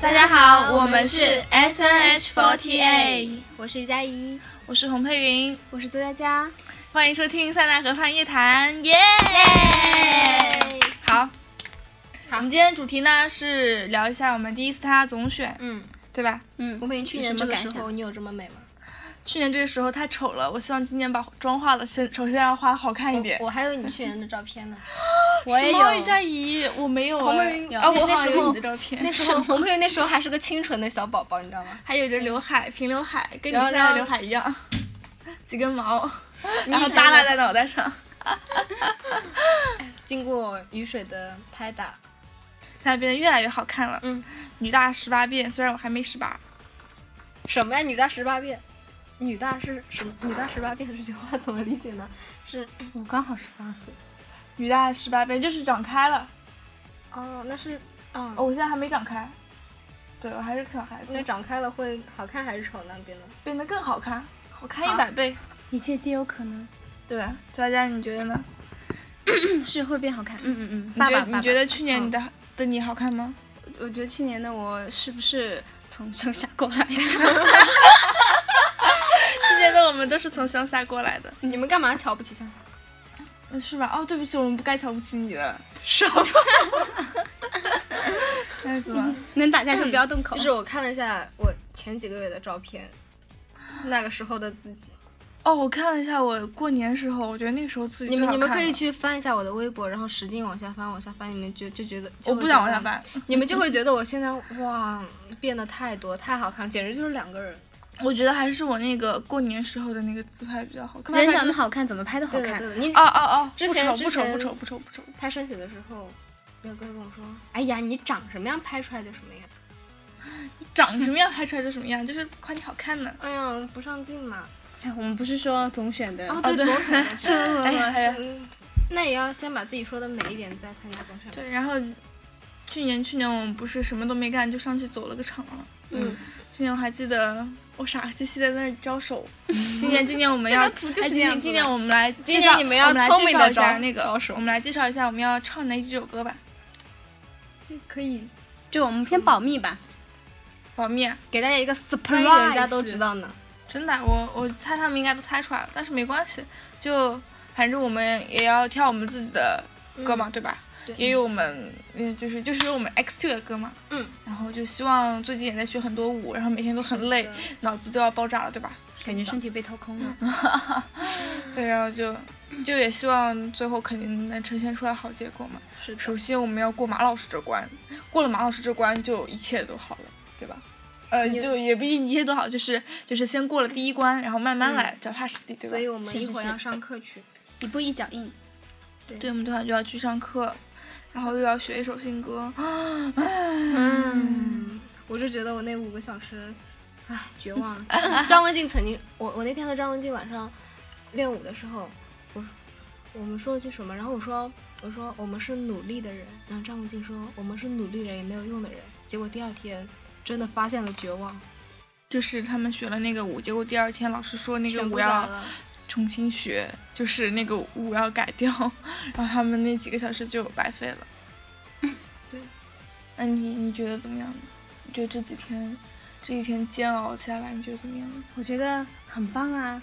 大家好，我们是 S N H forty eight，我是于佳怡，我是洪佩云，我是周佳佳。欢迎收听塞纳河畔夜谈，耶、好，好我们今天主题呢是聊一下我们第一次参加总选，嗯对吧？嗯，吴佩云去年这个时候你有这么美吗？去年这个时候太丑了，我希望今年把妆化了，先首先要化好看一点。我还有你去年的照片呢，我也什么于有。佳怡，我没有洪哎佩云啊，有我那好像时候有你的照片那，时候洪佩云那时候还是个清纯的小宝宝，你知道吗？还有着刘海，平刘海，跟你然后现在然的后刘海一样，几根毛，你然后以前耷拉有在脑袋上。经过雨水的拍打，现在变得越来越好看了。嗯，女大十八变，虽然我还没十八，什么呀？女大十八变，女大是什么？女大十八变这句话怎么理解呢？是我刚好十八岁，女大十八变就是长开了。哦，那是哦，哦，我现在还没长开，对我还是个小孩那子，长开了会好看还是丑呢？变得变得更好看，好看好一百倍，一切皆有可能，对吧？佳佳，你觉得呢？是会变好看。嗯嗯嗯，你爸觉爸得爸你爸觉得去年你的的你好看吗？我觉得去年的我是 不是从乡下过来的？去年的我们都是从乡下过来的，你们干嘛瞧不起香香？是吧？哦，对不起，我们不该瞧不起你的。什么？ 那怎么？能打架嗯就不要动口。就是我看了一下我前几个月的照片，那个时候的自己。哦，我看了一下，我过年时候，我觉得那个时候自己你们最好你们看可以了，去翻一下我的微博，然后使劲往下翻，往下翻，你们就就觉得我不想往下，翻。就会觉得你们就会觉得我现在哇变得太多，太好看，简直就是两个人。我觉得还是我那个过年时候的那个自拍比较好看。人长得好看，怎么拍都好对的看对。的，你哦哦哦，之前不丑之前不丑不丑不丑不丑。拍生写的时候，有哥跟我说，哎呀，你长什么样拍出来就什么样。长什么样拍出来就什么样，就是夸你好看呢。哎呀，不上镜嘛。哎，我们不是说总选的，哦对对，总选 是哎呀哎呀嗯那也要先把自己说的美一点，再参加总选。对，然后去年去年我们不是什么都没干就上去走了个场吗？嗯，去年我还记得我傻兮兮的在那里招 手。今年今年我们要，图就哎，是今这样年子今的年我们来今介年绍，你们我要们来聪介明绍地一下招那个，我们来介绍一下我们要唱哪几首歌吧。这可以，就我们先保密吧。保密啊，给大家一个 surprise， surprise 人家都知道呢。真的，我我猜他们应该都猜出来了，但是没关系，就反正我们也要跳我们自己的嗯嗯歌嘛，对吧？对也有我们，嗯，就是就是有我们 X Two 的歌嘛，嗯，然后就希望最近也在学很多舞，然后每天都很累的，脑子都要爆炸了，对吧？感觉身体被掏空了。嗯对，然后就就也希望最后肯定能呈现出来好结果嘛。是的首先我们要过马老师这关，过了马老师这关就一切都好了，对吧？呃，也就也不一定一切都好，就是就是先过了第一关，然后慢慢来，脚踏实地，对吧？所以我们是一是会儿是要上课去。一步一脚印，对，我们等会儿就要去上课，然后又要学一首新歌。嗯，我就觉得我那五个小时，唉，绝望了。张 张文静曾经，我我那天和张文静晚上练舞的时候，我我们说了句什么，然后我说我说我们是努力的人，然后张文静说我们是努力人也没有用的人。结果第二天真的发现了绝望，就是他们学了那个舞，结果第二天老师说那个全舞不改要了。重新学，就是那个舞要改掉， 然后他们那几个小时就白费了。 对，那你你觉得怎么样呢？你觉得这几天这几天煎熬下来，你觉得怎么样呢？我觉得很棒啊。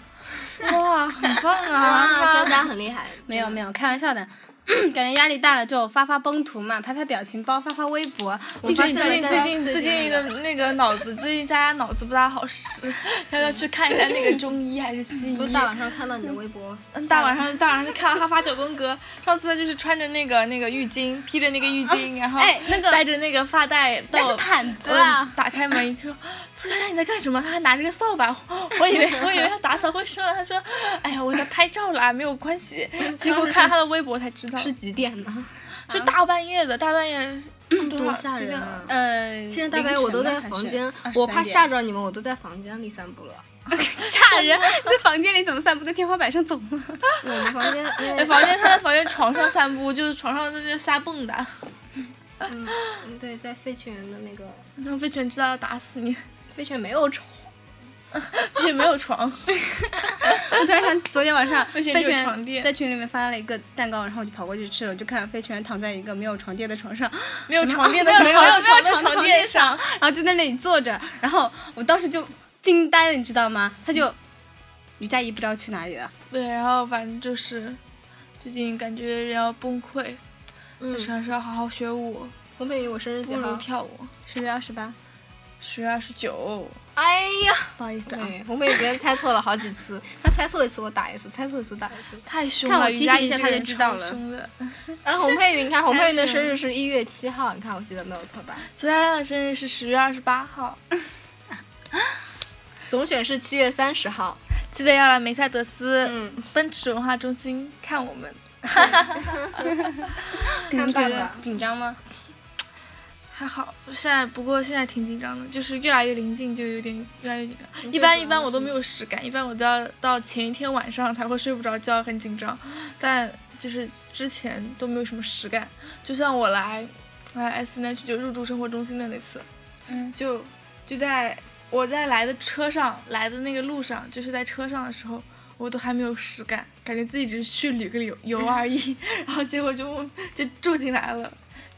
哇，很棒啊，啊！佳佳很厉 害，没有没有，有，开玩笑的。 感觉压力大了就发发崩图嘛，拍拍表情包，发发微博。最发近现了最近佳最佳近最最近近的那个脑子，最近大家脑子不大好 使，要要去看一下那个中医还是西医？不是大晚上看到你的微博，嗯，大晚上大晚上去看《哈法九宫格》，上次就是穿着那个那个浴巾，披着那个浴 巾，然后 哎那个带着那个发带到那是毯子啊嗯啦。打开门一说，崔佳佳你在干什么？他还拿着个扫把， 我我以为我以为他打扫卫生了，他说，哎呀我在拍照啦，没有关系。结果看他的微博才知道，是几点呢？就大半夜的，大半夜嗯多多吓人啊！呃，现在大半夜我都在房间，我怕吓着你们，我都在房间里散步了。 吓人。 在房间里怎么散步？在天花板上走吗？我们房间因在 为房间他在房间床上散步，就是床上在那瞎蹦跶，嗯嗯对，在飞犬的那个然后被全知道要打死你。飞犬没有虫，而且没有床，我 突然想起昨天晚上而飞且泉你有床垫在群里面发了一个蛋糕，然后我就跑过去吃了，我就看飞泉躺在一个没有床垫的床上， 没有床垫的没有床，没有没有床的床床床垫垫上，然后就在那里坐着，然后我当时就惊呆了，你知道吗？他就于佳怡不知道去哪里了，对，然后反正就是最近感觉人要崩溃，嗯，还是要好好学舞，洪佩瑜，我生日几不嗯如号？跳舞。十月二十八，十月二十九，哎呀，不好意思啊。 对，洪佩瑜昨天猜错了好几 次，他猜错一次我打一次，猜错一次打一次。太凶看了！我于提佳醒一怡下这他个就人知超道了凶的。呃，洪佩瑜，你看洪佩瑜的是生日是一月七号，你看我记得没有错吧？昨天的生日是十月二十八号，总选是七月三十号。记得要来梅赛德斯、嗯，奔驰文化中心看我们，你们看觉爸得爸紧张吗？还好。现在不过现在挺紧张的，就是越来越临近就有点越来越紧张。一对般主一般要我都是没有实感，一般我都要到前一天晚上才会睡不着觉，很紧张。但就是之前都没有什么实感，就像我来来 S 那去就入住生活中心的那次，嗯就就在我在来的车上，来的那个路上，就是在车上的时候，我都还没有实感，感觉自己只是去旅个游游而已，然后结果就就住进来了，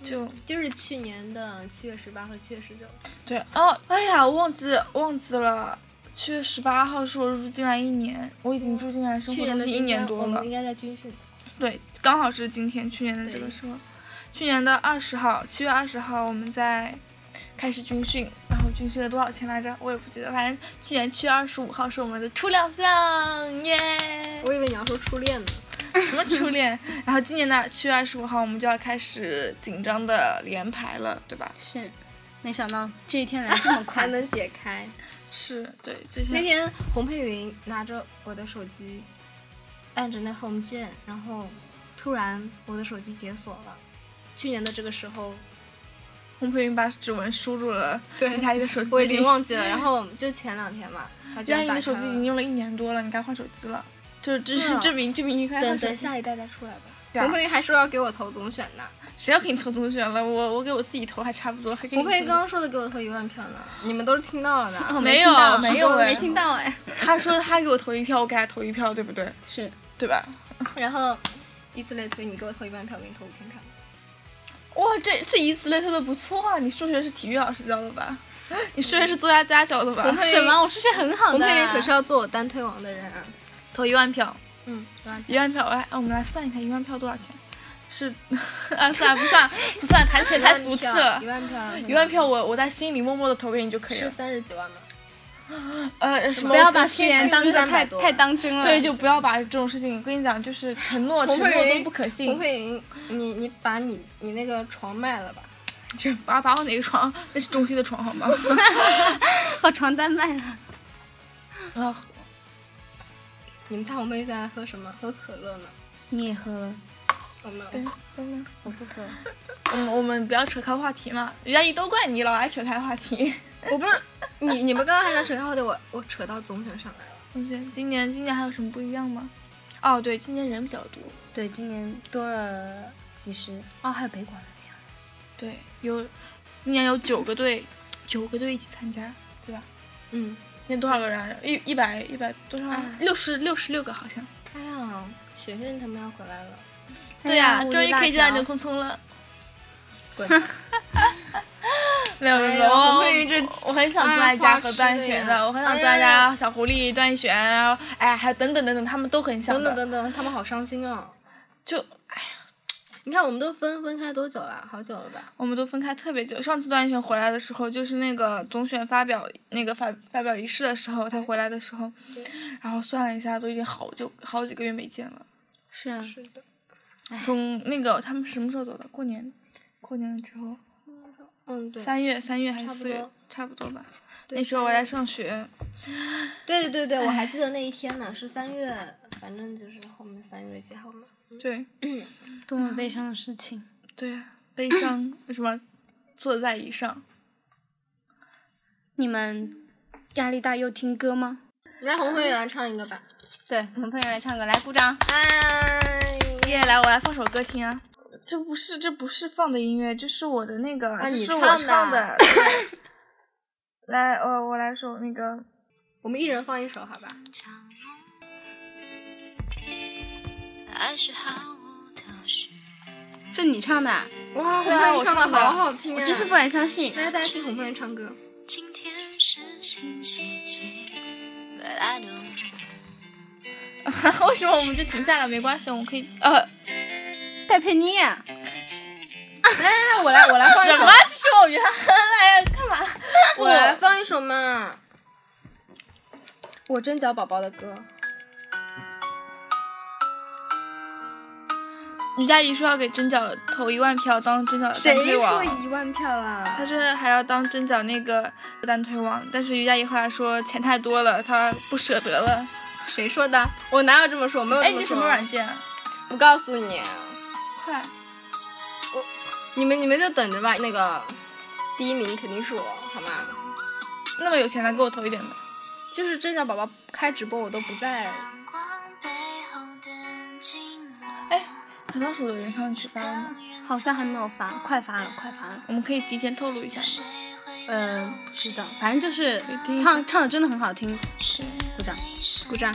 就就是去年的七月十八和七月十九。对哦，哎呀，我忘记忘记了。七月十八号是我入住进来一年，我已经住进来生去活年中的心一今年天多我了们应，该在军训。对，刚好是今天去年的这个时候，去年的二十号，七月二十号我们在开始军训，然后军训了多少钱来着？我也不记得，反正去年七月二十五号是我们的初亮相，耶！我以为你要说初恋呢。什么 初恋？然后今年的七月二十五号我们就要开始紧张的联排了，对吧？是，没想到这一天来这么还快。能解开。是对这那些。天洪佩云拿着我的手机，按着那 home 键，然后突然我的手机解锁了。去年的这个时候，洪佩云把指纹输入了对于佳怡的手机我已里 经。忘记了。然后就前两天吧，他居佳然怡打的开手机已经了。用了一年多了，你该换手机了。就是这对是啊证明证明应该换等手等机。下一代再出来吧。对啊洪佩云还说要给我投总选呢。谁要给你投同学了？我我给我自己投还差不多，还给你洪投。佩云刚刚说的给我投一万票呢，你们都是听到了的。 哦没有听到没有我哎没听到哎。他说他给我投一票，我给他投一票，对不对？是，对吧？然后以此类推，你给我投一万票，给你投五千票。哇，这这以此类推的不错啊！你数学是体育老师教的吧？你数学是作家家教的吧？我们什么？我数学很好的。洪佩云可是要做我单推王的人啊。投一万票，嗯，一万票。一万票，哎，我们来算一下一万票多少钱？是 啊，算了，不算了，不算了，谈钱太俗气了一。万票，然后一万票我，我在心里默默的投给你就可以是了。三十几万吗？呃，什么？不要把誓天言当真的太300多太当真了。对，就不要把这种事情。我跟你讲，就是承诺，洪承诺佩都云不可信洪。佩莹，你你把你你那个床卖了吧？就把把我哪个床？那是中心的床好 吗？把床单卖了。 啊，你们猜洪佩瑜现在喝什么？喝可乐呢？你也喝了？我们对，喝吗？我不喝。嗯，我们不要扯开话题嘛，人家一都怪你老爱扯开话 题。我不是你你们刚刚还在扯开话题，我我扯到总选上来了。同学，今年今年还有什么不一样吗？哦，对，今年人比较多，对，今年多了几十。哦，还有北广的那样。对，有今年有九个队，九个队一起参加，对吧？嗯，那多少个人啊？一一百一百多少哎？六十六十六个好像。哎呀，学生他们要回来 了，对呀、哎呀终于可以见到牛。物理聪聪了。滚！没有没有哎没呀有，我洪佩瑜这我很想哎钟呀爱佳花和痴段的璇呀的，我很想钟哎爱呀佳、小狐狸、段璇，然后哎，还有等等等等，他们都很想等的。等等等，他们好伤心哦。就你看，我们都分分开多久了？好久了吧？我们都分开特别久。上次段奕璇回来的时候，就是那个总选发表那个发发表仪式的时候，他回来的时候，然后算了一下，都已经好久好几个月没见了。大桥是啊，是的，从那个他们是什么时候走的？过年，过年之后，嗯，对，三月、三月还是差不四月多？差不多吧。对那时候我在上学，对对对对，我还记得那一天呢，是三月，反正就是后面三月几号嘛。对多么悲伤的事情。对啊，悲伤为什么坐在椅上？你们压力大又听歌吗？来，红会来唱一个吧。对，我们朋友来唱歌，来鼓掌。哎，耶，来我来放首歌听啊。这不是这不是放的音乐，这是我的那个，啊这你是我 唱唱的呃的。来，我我来首那个我们一人放一首，好吧？长路，爱是毫无头绪。是你唱的啊，哇，对啊红我唱唱的的好好听啊！我真是不敢相信。大家大家听红夫人唱歌，今天是星期几？But I don't know。 为什么我们就停下了？没关系，我们可以呃，戴佩妮，啊来来来，我来我来放一什首么，？这是我原来呀，干 嘛？我来放一首嘛。我真找宝宝的歌，女佳怡说要给真角投一万票当真角的单推谁说王，一万票她了？说还要当真角那个单推王，但是于佳怡后来说钱太多了，她不舍得了。谁说的？我哪有这么说？没有哎，这你么这说。什么软件啊？不告诉你，快！你们你们就等着吧。那个第一名肯定是我，好吗？那么有钱的给我投一点吧。就是真小宝宝开直播我都不在，阳光背后的寂寞。哎，红老鼠的原创曲发了吗？让人好像还没有发，快发了，快发了。我们可以提前透露一下。谁会呃，不知道，反正就是可以听一下唱唱的真的很好听。是鼓掌为什么鼓掌。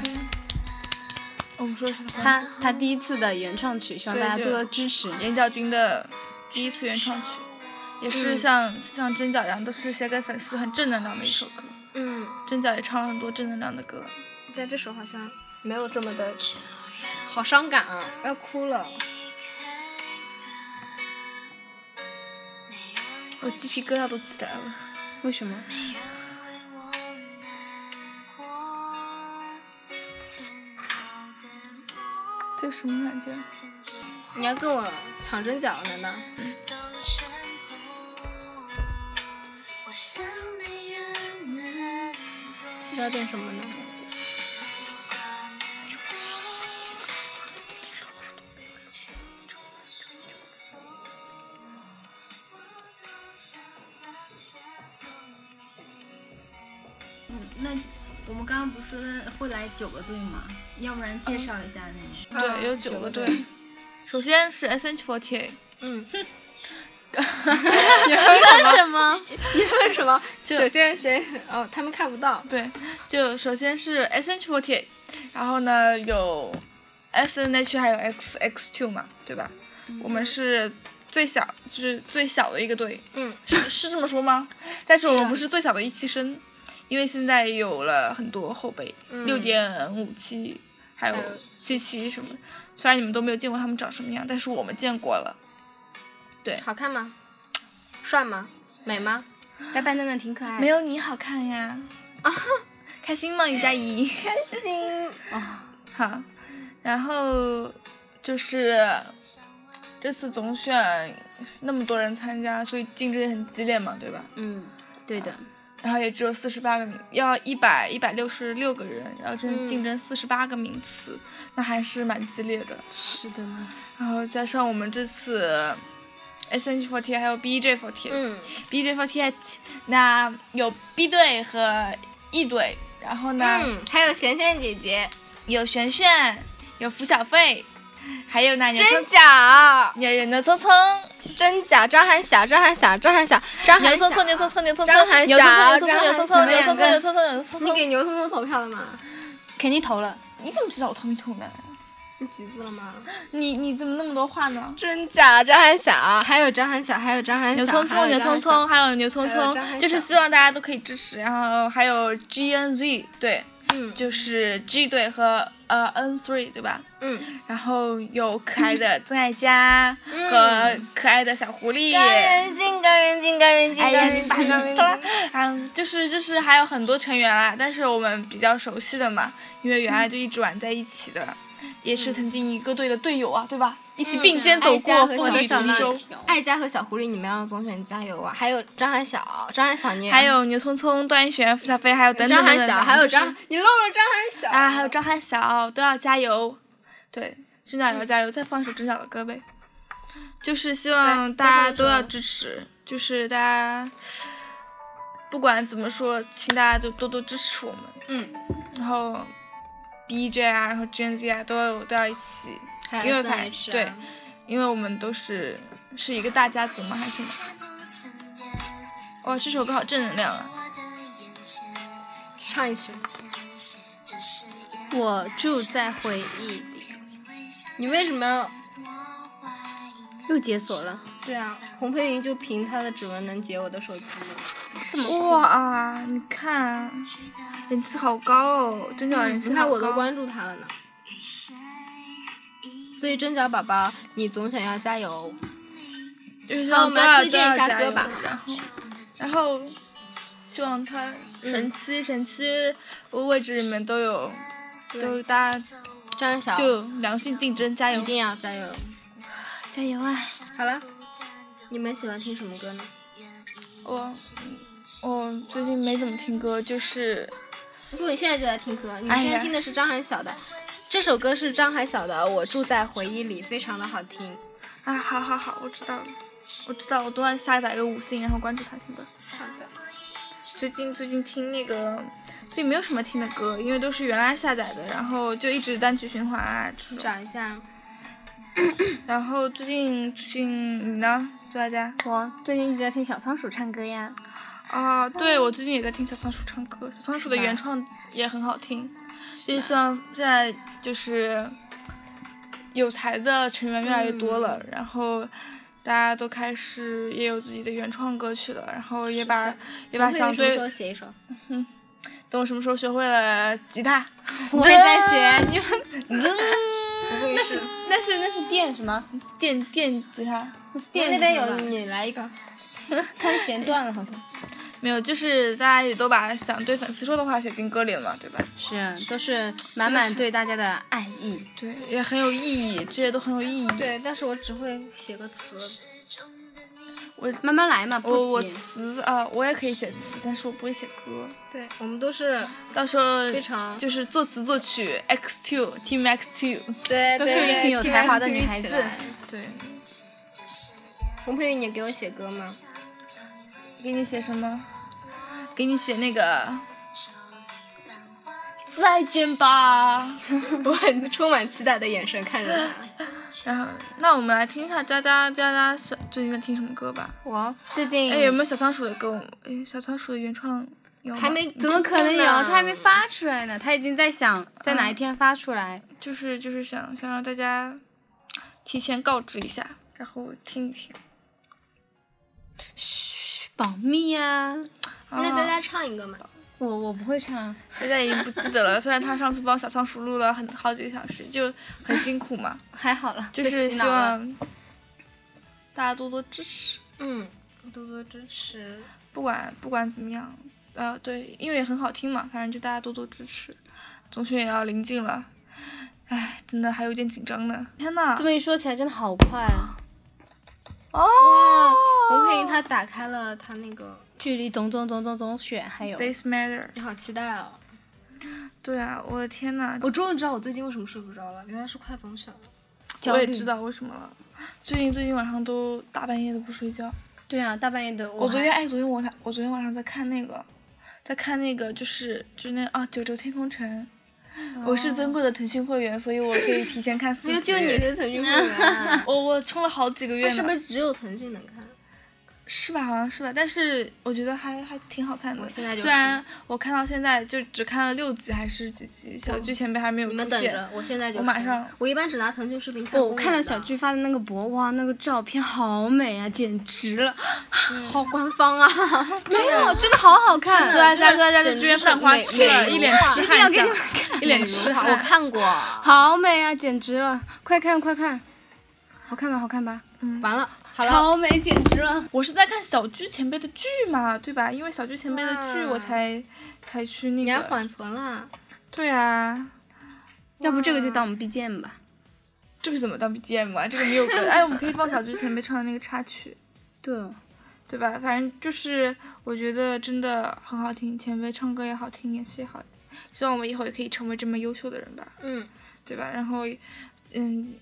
我们说的是什么？他他第一次的原创曲，希望对大家多对多支持。眼角君的第一次原创曲，也是嗯像、像真角一样，都是写给粉丝很正能量的一首歌。嗯，真角也唱了很多正能量的歌。但这首好像没有这么的，好伤感啊，要哭了。我鸡皮疙瘩都起来了。为什么？这什么软件？你要跟我抢针脚难道？要点什么呢？嗯那我们刚刚不是说会来九个队吗？要不然介绍一下那个。啊对，有九九个个队。首先是 S H 4 8 嗯， 为什么？因为什么？ 首先谁？哦，他们看不到。对，就首先是 S H 4 8然后呢有 S N H 还有 X X Two 嘛，对吧？我们是最小，就是最小的一个队，嗯，是是这么说 吗？但是我是们啊不是最小的一期生，因为现在有了很多后辈，六点五期，嗯还有还有七期什么的。虽然你们都没有见过他们长什么样，但是我们见过了。好看吗？帅吗？美吗？白白嫩嫩挺可爱的。没有你好看呀！哎啊，开心吗，于佳 怡？好，然后就是这次总选那么多人参加，所以竞争也很激烈嘛，对吧？嗯，对的。然后也只有四十八个名，要一百一百六十六个人，然后嗯争竞争四十八个名次，那还是蛮激烈的。是的呢。然后加上我们这次 S H f o r t 还有 B J f o r t 嗯 B J f o r t e 那有 B 队和 E 队，然后呢、嗯，还有璇璇姐姐，有璇璇，有付小费，还有呢牛真聪，假，有有牛聪聪。真假，张涵霞，张涵霞，张涵霞，张牛涵葱葱，霞。牛葱葱，牛葱葱，张涵牛霞葱葱，牛葱葱，牛葱葱，牛葱葱，牛葱你葱。给牛聪聪投票了吗？肯定投了，你怎么知道我投没投呢？你集资了吗？你你怎么那么多话呢？真假，张涵霞，还有张涵霞，还有张涵霞，牛葱还葱，有牛张涵葱霞，葱，还有牛葱还葱有张涵，就是晓希望大家都可以支持。然后还有 G N Z，对，嗯就是 G 队和呃 N three，对吧？嗯，然后有可爱 的曾爱佳和可爱的小狐狸。高圆镜，高圆镜，高圆镜，哎高呀，圆你镜，把高你圆当镜。 嗯，就是就是还有很多成员啦，但是我们比较熟悉的嘛，因为原来就一直玩在一起的，也是曾经一个队的队友啊，对吧？一起 并肩走过爱家和风小雨小同辣舟。爱家和小狐狸，你们要总选加油啊！还有张涵晓，张涵晓你，还有牛聪聪、段奕璇、付小飞，还有等等张等涵等晓，的，还有就是张，你漏了张涵晓啊，还有张涵晓都要加油，对，真的要加油，再放一首真假的歌呗，就是希望大家都要支持，就是大家不管怎么说，请大家就多多支持我们，嗯，然后 B J 啊，然后 G N Z 啊，都要都要一起，还有因为 SNH 反啊对，因为我们都是是一个大家族嘛，还是什么？哇，这首歌好正能量啊！我的眼线，唱一曲。我住在回忆里。你为什么要又解锁了？对啊，洪佩云就凭她的指纹能解我的手机。哇，你看，人气好高哦，真的人气嗯你好看高。我都关注她了呢。所以真假宝宝，你总想要加油。就是好我像们都来要推都荐要一下加歌油吧然后，然后，希望他神七神七位置里面都有，都大家张小就良性竞争，加油一！定要加油！加油啊！好了，你们喜欢听什么歌呢？我我最近没怎么听歌，就是不，你现在就在听歌。你哎现在呀听的是张含晓的，这首歌是张含晓的《我住在回忆里》，非常的好听。啊，好好好，我知道了，我知道，我多按下载一个五星，然后关注他行吧。好的，最近最近听那个，最近没有什么听的歌，因为都是原来下载的，然后就一直单曲循环啊这种。找一下然后最近最近你呢，朱大家？我最近一直在听小仓鼠唱歌呀。啊，对，我最近也在听小仓鼠唱歌，小仓鼠的原创也很好听，就是希望现在就是有才的成员越来越多了，嗯然后大家都开始也有自己的原创歌曲了，然后也把也把洪佩想云什么对时候写一首？等我什么时候学会了吉他， 我也在学，你们嗯那是那是那是电什么？电电吉他那是电那边什么有吧，你来一个。它弦断了好像。没有，就是大家也都把想对粉丝说的话写进歌里了嘛，对吧？是，都是满满对大家的爱意。对，也很有意义，这些都很有意义。，对，但是我只会写个词。慢慢来嘛，我不我急。词啊、我也可以写词，但是我不会写歌。 对我们都是到时候非常就是作词作曲 X Two Team X Two，对，都是对一群有对才华的对女孩子一起来对，洪佩云，你给我写歌吗？ 给你写什么？给你写那个。再见吧。我很充满期待的眼神看着他。然后，那我们来听一下佳佳佳佳小最近在听什么歌吧？我最近哎，有没有小仓鼠的歌？我哎，小仓鼠的原创有吗还没怎么可能有？呢他还没发出来呢，他已经在想在哪一天发出来。就是就是想想让大家提前告知一下，然后听一听。保密啊！那啊佳佳唱一个嘛？我我不会唱，大家已经不记得了，虽然他上次帮小仓鼠录了很好几个小时，就很辛苦嘛，还好了，就是被洗希脑了望大家多多支持，嗯，多多支持。不管不管怎么样，呃，对，因为也很好听嘛，反正就大家多多支持。总选也要临近了，唉，真的还有点紧张呢。天呐这，么一说起来，真的好快啊！哦，哇，洪佩云她打开了她那个，距离总总总总总选还有 Days Matter，你好期待哦！对啊，我的天呐，我终于知道我最近为什么睡不着了，原来是快总选了。焦我虑也知。道为什么了。最近最近晚上都大半夜的不睡觉。对啊，大半夜的我我昨还天哎，昨天我才我昨天晚上在看那个，在看那个就是就是那啊《九州天空城》，我是尊贵的腾讯会员，所以我可以提前看 四集。是腾讯会员啊，我我充了好几个月那呢， 是不是只有腾讯能看？是吧？好像是吧，但是我觉得还还挺好看的。我现在就虽然我看到现在就只看了六集还是几集，小剧前辈还没有你出们现。等着，我现在就我马看上。哦我一般只拿腾讯视频看。我我看到小，剧发的那个博，哇，那个照片好美啊，简直了！好官方啊！没有，真的好好看。啊朱大家这朱大家在简这直边是犯花美痴美了，啊一如脸画 痴一定汉要给相你们，看 一脸痴汉。嗯我看过，好美啊，简直了！快看快看，好看吧好看吧，嗯完了，好了，超美，简直了！我是在看小鞠前辈的剧嘛，对吧？因为小鞠前辈的剧，哇我才才去啊你还那个。缓存了？对啊，要不这个就当我们 BGM 吧。这个怎么当 BGM 啊？这个没 有歌。哎，我们可以放小鞠前辈唱的那个插曲，对哦，对吧？反正就是我觉得真的很好听，前辈唱歌也好听，演戏也好。希望我们以后也可以成为这么优秀的人吧，嗯，对吧？然后，嗯，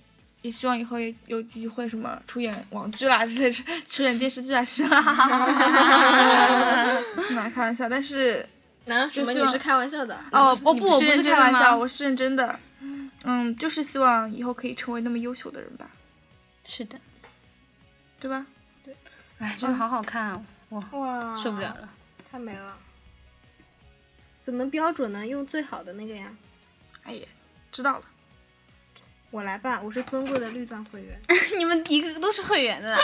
也希望以后也有机会什么出演网剧啦之类的，出演电视剧啊，是吧？ 那开玩笑，但是难什么？希你望是开玩笑的？哦是不你不，不我是不是认真开的玩笑，吗我是认真的。嗯，就是希望以后可以成为那么优秀的人吧，是的，哎对吧？哎，真的好好看哦，哇，哇，受不了，了。太美了。怎么标准呢？用最好的那个呀。哎呀，知道了，我来吧，我是尊贵的绿钻会员。 你们一个个都是会员的啦。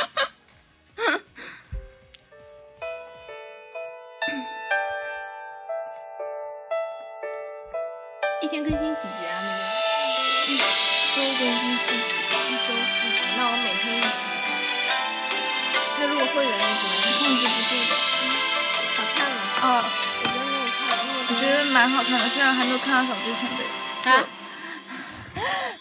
一天更新几集啊？那个一周更新四集，一周四集，那我每天一集。那如果会员也只能控制不住的。好看吗？哦，我觉得没有看，因为我觉得蛮好看的，虽然还没有看到小猪前辈，啊，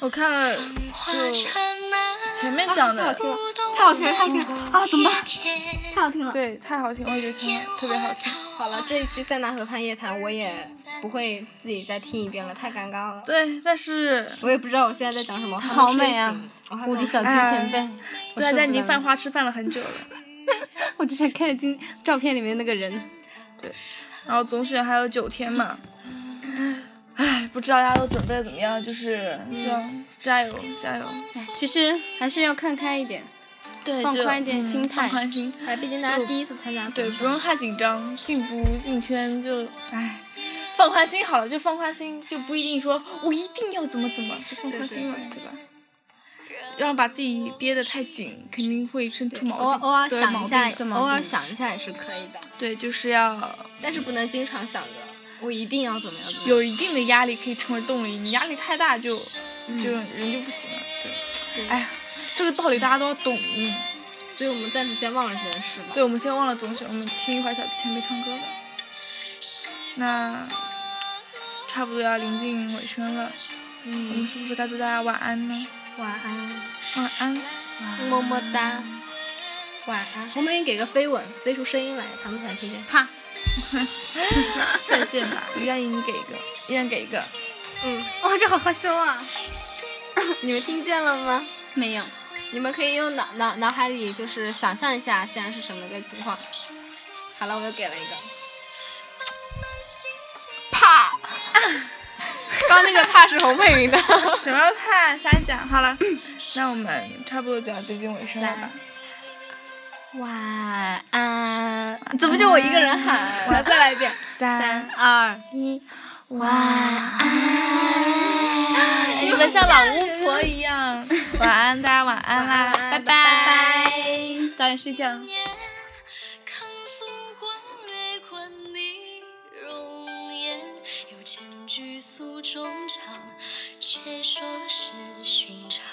我看了化就成那前面讲啊的这，个不动太好听了，太好听了 啊！怎么办？天太好听了。对，太好听，我也觉得烟它特别好花听。桃好了，这一期《塞纳河畔夜谈》我也不会自己再听一遍了，太尴尬了。对，但是我也不知道我现在在讲什么，我还没好美啊睡醒！我还没我有的小猪哎呀前辈，就在家已经犯花。花痴犯了很久了。我之前看了今照片里面那个人，然后总选还有九天嘛，唉，不知道大家都准备的怎么样，就是希望加油加油，哎其实还是要看开一点。对放就宽一点嗯心态放宽心，哎，毕竟大家第一次参加，嗯对，不用太紧张，进不进圈就唉，放宽心好了，就放宽心，就不一定说我一定要怎么怎么，就放宽心了，对吧？要把自己憋得太紧，肯定会生出毛偶尔病。偶尔对想毛一病下是，毛偶尔病想一下也是可以的，对，就是要但是不能经常想着我一定要怎么样怎么样。有一定的压力可以成为动力，你压力太大就就人就不行了。对，哎呀，这个道理大家都懂。嗯，所以我们暂时先忘了这件事吧。对，我们先忘了总选，我们听一会儿小提前辈唱歌吧。那差不多要临近尾声了，我们嗯，是不是该祝大家晚安呢？晚安，晚安，么么哒，晚安。我们也给个飞吻，飞出声音来，他们才听见。 啪，再见吧。于阿姨，你给一个，一人给一个。嗯，哇、这好害羞啊！ 你们听见了吗？没有，你们可以用脑脑脑海里就是想象一下现在是什么个情况。好了，我又给了一个， 啪！刚刚那个啪是洪佩云 的。什么怕瞎讲？好了，那我们差不多就要接近尾声了吧？晚安，怎么就我一个人喊？我要再来一遍，三，二一，晚安。你们像老老巫婆一样。晚安，大家晚安啦，拜拜。早点睡觉。年，看风光掠过你容颜，又见局诉衷肠，却说是寻常。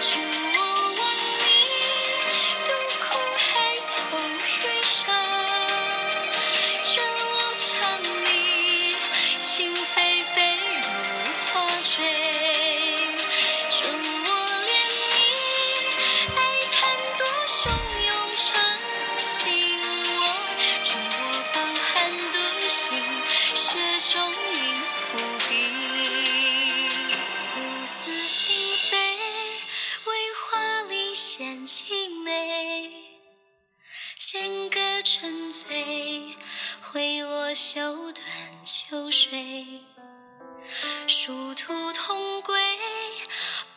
祝我望你独哭海头余生，卷望长你情霏霏如花坠。准我怜你爱叹多汹涌成心窝，祝我饱含的心雪中映伏笔。无私心扉，为华丽献凄美，弦歌沉醉，挥落袖短秋水，殊途同归，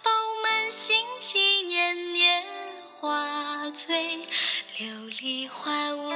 饱满心机年年花醉，琉璃花无